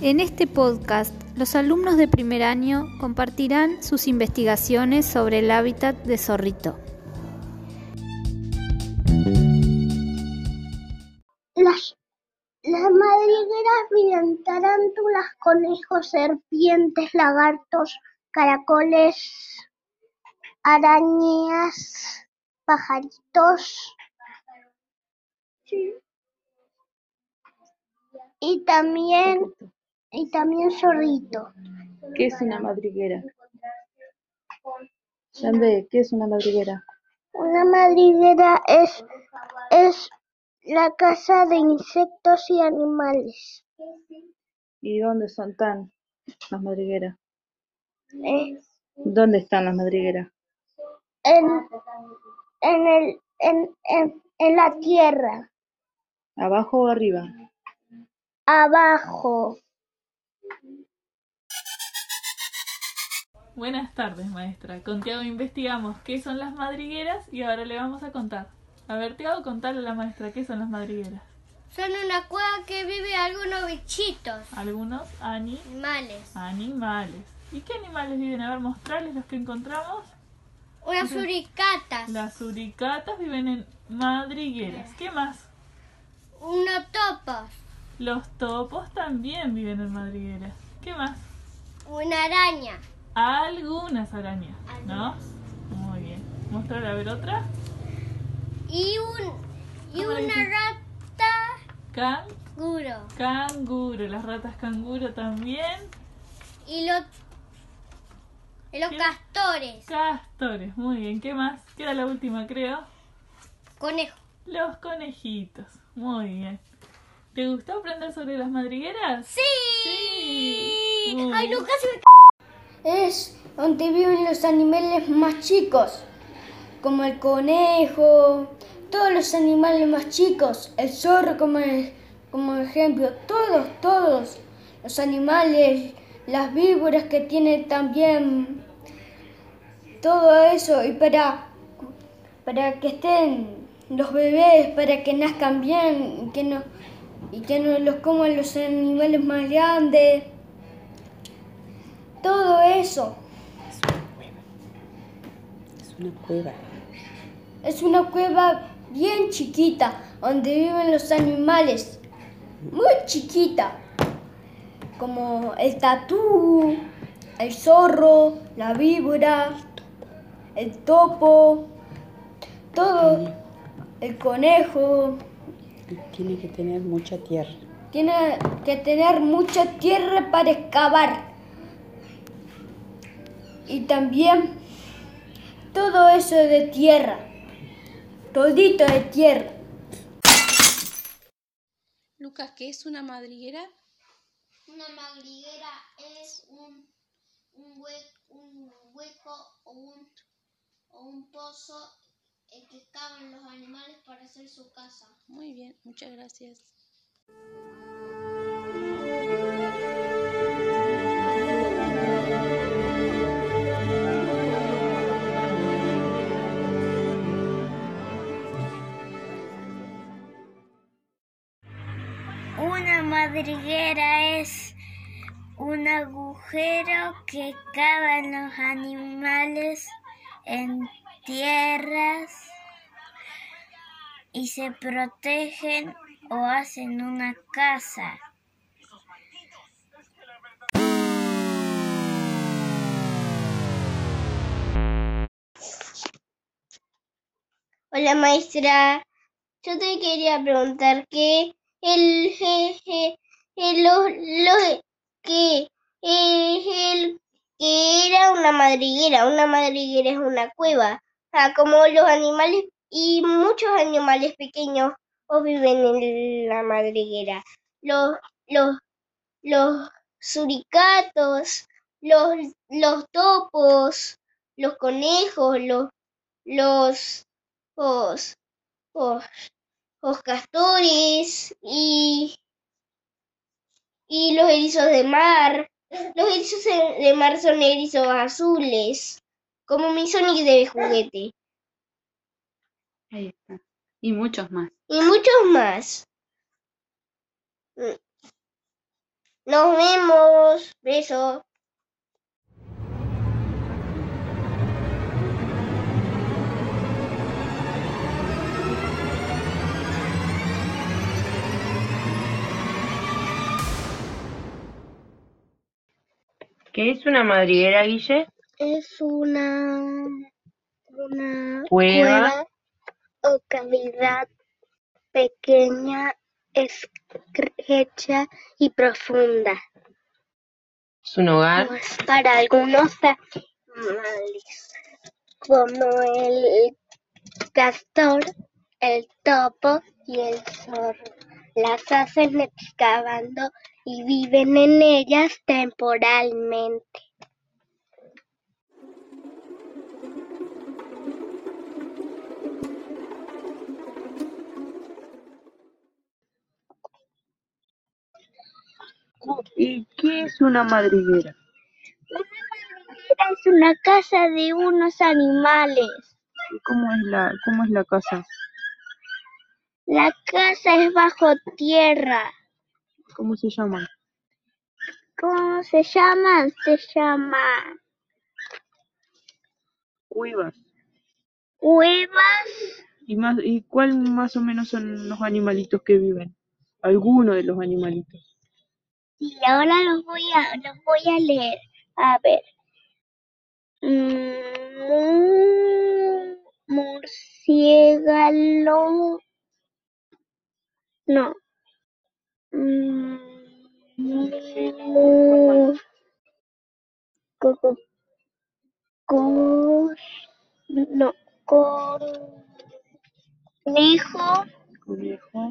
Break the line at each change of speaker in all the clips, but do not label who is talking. En este podcast, los alumnos de primer año compartirán sus investigaciones sobre el hábitat de zorrito.
Las, las madrigueras viven tarántulas, conejos, serpientes, lagartos, caracoles, arañas, pajaritos. Y también, y también zorrito.
¿Qué es una madriguera? Yandé, ¿qué es una madriguera?
Una madriguera es, es la casa de insectos y animales.
¿Y dónde son tan las madrigueras?
Eh,
¿Dónde están las madrigueras?
en, en, el, en, en, en la tierra,
¿Abajo o arriba?
abajo.
Buenas tardes, maestra. Con Tiago investigamos qué son las madrigueras y ahora le vamos a contar. A ver, Tiago, contale a la maestra qué son las madrigueras.
Son una cueva que vive algunos bichitos,
Algunos ani-
animales.
animales. ¿Y qué animales viven? A ver, mostrarles los que encontramos.
Unas suricatas,
Las suricatas viven en madrigueras. ¿Qué más?
unos topos,
Los topos también viven en madrigueras. ¿Qué más?
una araña,
Algunas arañas, ¿no? Muy bien. Mostrar a ver otra.
y, un, y
¿Cómo le
una
dicen?
rata
Can
guro.
canguro. Las ratas canguro también.
Y los, y los
¿Qué?
castores,
Castores, muy bien. ¿Qué más? Queda la última, creo.
conejos.
Los conejitos. Muy bien. ¿Te gustó aprender sobre las madrigueras?
¡Sí!
Sí. Muy
¡Ay,
bien.
no, casi me
es donde viven los animales más chicos, como el conejo, todos los animales más chicos, el zorro como, e- como ejemplo, todos, todos los animales, las víboras que tienen también, todo eso, y para, para que estén los bebés, para que nazcan bien y que no, y que no los coman los animales más grandes, todo eso.
Es una cueva.
Es una cueva bien chiquita donde viven los animales. Muy chiquita. Como el tatú, el zorro, la víbora, el topo, todo. El conejo.
y Tiene que tener mucha tierra.
Tiene que tener mucha tierra para excavar. Y también todo eso de tierra. Todito de tierra.
Lucas, ¿qué es una madriguera?
Una madriguera es un, un, hue- un hueco o un, o un pozo eh, que cavan los animales para hacer su casa.
Muy bien, muchas gracias.
Una madriguera es un agujero que cavan los animales en tierras y se protegen o hacen una casa. Hola maestra, yo te quería preguntar qué el jeje, el, lo, lo- que es el que era una madriguera, una madriguera es una cueva, Ah, como los animales y muchos animales pequeños o viven en la madriguera. Los los los suricatos, los los topos, los conejos, los los los, los los castores y, y los erizos de mar. Los erizos de de mar son erizos azules, como mi Sonic de juguete.
Ahí está. Y muchos más.
Y muchos más. Mm. Nos vemos. Besos.
¿Qué es una madriguera, Guille?
Es una, una
Cueva.
cueva o cavidad pequeña, estrecha y profunda.
¿Es un hogar?
No es para algunos animales, como el castor, el topo y el zorro. Las hacen excavando y viven en ellas temporalmente.
¿Y qué es una madriguera?
Es una casa de unos animales.
¿Cómo es la, cómo es la casa?
La casa es bajo tierra.
¿Cómo se llama?
¿Cómo se llaman? Se llama
Cuevas.
cuevas.
¿Y, más, ¿Y cuál más o menos son los animalitos que viven? Alguno de los animalitos.
Y ahora los voy a, los voy a leer. A ver. Mm, mu- Mm, Murciélago. No. Mm, mu- co- co- cor- No. Conejo.
Conejo.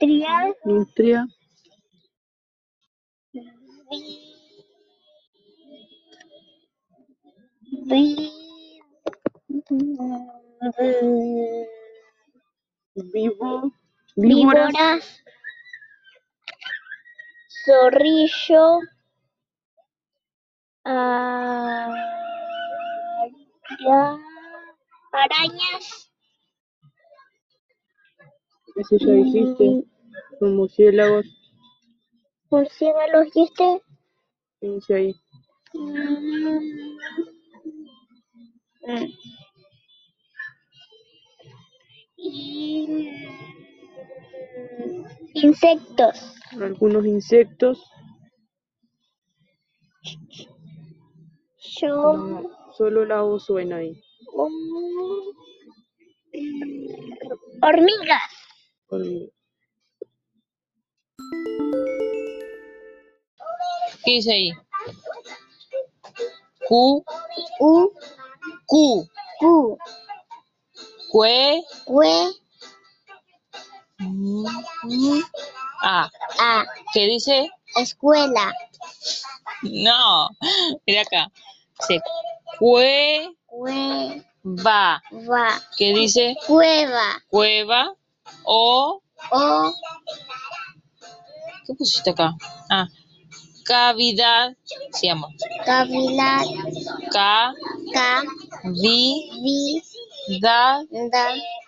Trial,
Nutria. Vivo. Víboras.
víboras, zorrillo, ah, ara- arañas,
Eso ya dijiste. Son murciélagos.
murciélagos y este
¿Qué dice ahí?
Mm. Y- Insectos,
Algunos insectos.
yo,
No, solo la O suena ahí.
mm, hormigas.
Hormiga.
¿Qué dice ahí? Cu,
U,
cu,
cu,
cue,
cue,
mm, mm, ah,
a,
¿qué dice?
escuela,
No, mira acá. Dice cueva,
cue, va,
¿qué dice?
cueva,
Cueva o,
o,
¿qué pusiste acá? Ah, cavidad, se llama.
cavidad,
Cavidad,
cavidad,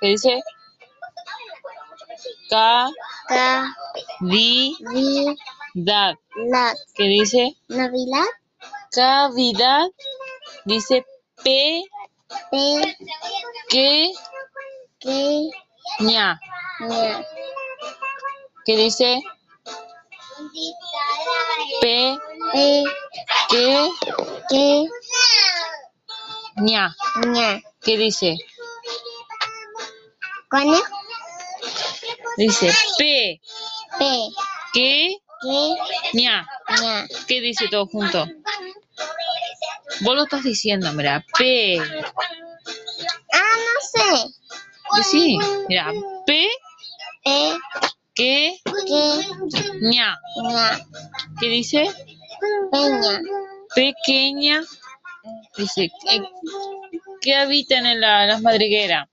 ¿qué dice? Cavidad,
cavidad,
¿qué dice?
navidad,
Cavidad, dice P,
pe,
que,
que,
ña.
ña.
que dice P
Pe,
que
que,
ña.
ña.
¿Qué dice?
Conejo,
Dice P
pe,
que
que,
ña.
ña.
¿Qué dice todo junto? Vos lo estás diciendo, mira, P.
Ah, no sé.
Sí, mira, P
Pe,
que
que,
ña.
ña.
¿Qué dice?
Peña,
Pequeña. Dice eh, que habitan en la- las madrigueras.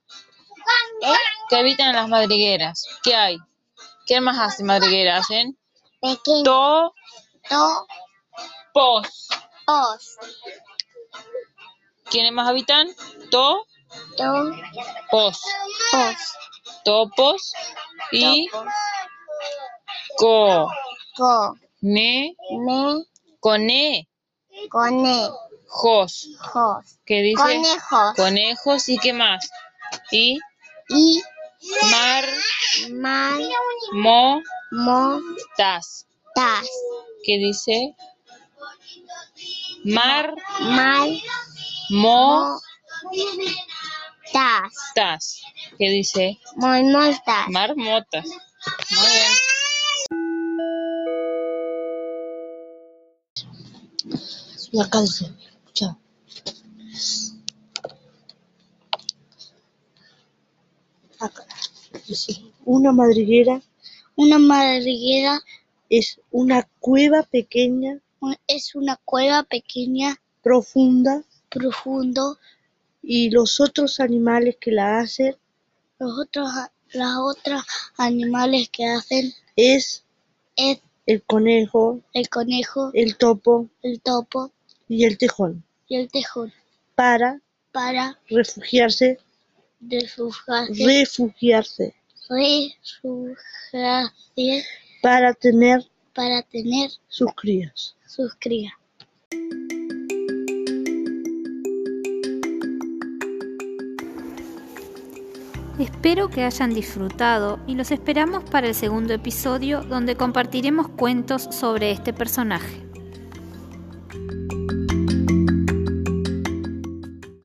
Que habitan en las madrigueras. ¿Qué hay? ¿Qué más eh? hacen madrigueras? Hacen
pequeño,
to
to,
pos
Dos.
¿Quiénes más habitan? To,
Dos.
pos,
Dos.
topos y
Topos.
co,
Co.
ne,
Me.
conejos,
Conejos.
que dice
Conejos.
conejos y qué más. Y
Y.
marmotas,
Marmotas.
que dice marmotas.
Marmotas.
que dice
Marmotas.
marmotas. Muy bien.
La canción. Chao. Acá. Dice, Una madriguera
Una madriguera
es una cueva pequeña,
un- es una cueva pequeña,
profunda,
profundo.
y los otros animales que la hacen
Los otros, a- las otras animales que hacen
es
es
el conejo,
el conejo,
el topo
el topo
y el tejón,
y el tejón
para
para
refugiarse,
refugiarse,
refugiarse,
refugiarse
para tener
para tener
sus crías.
sus crías.
Espero que hayan disfrutado y los esperamos para el segundo episodio donde compartiremos cuentos sobre este personaje.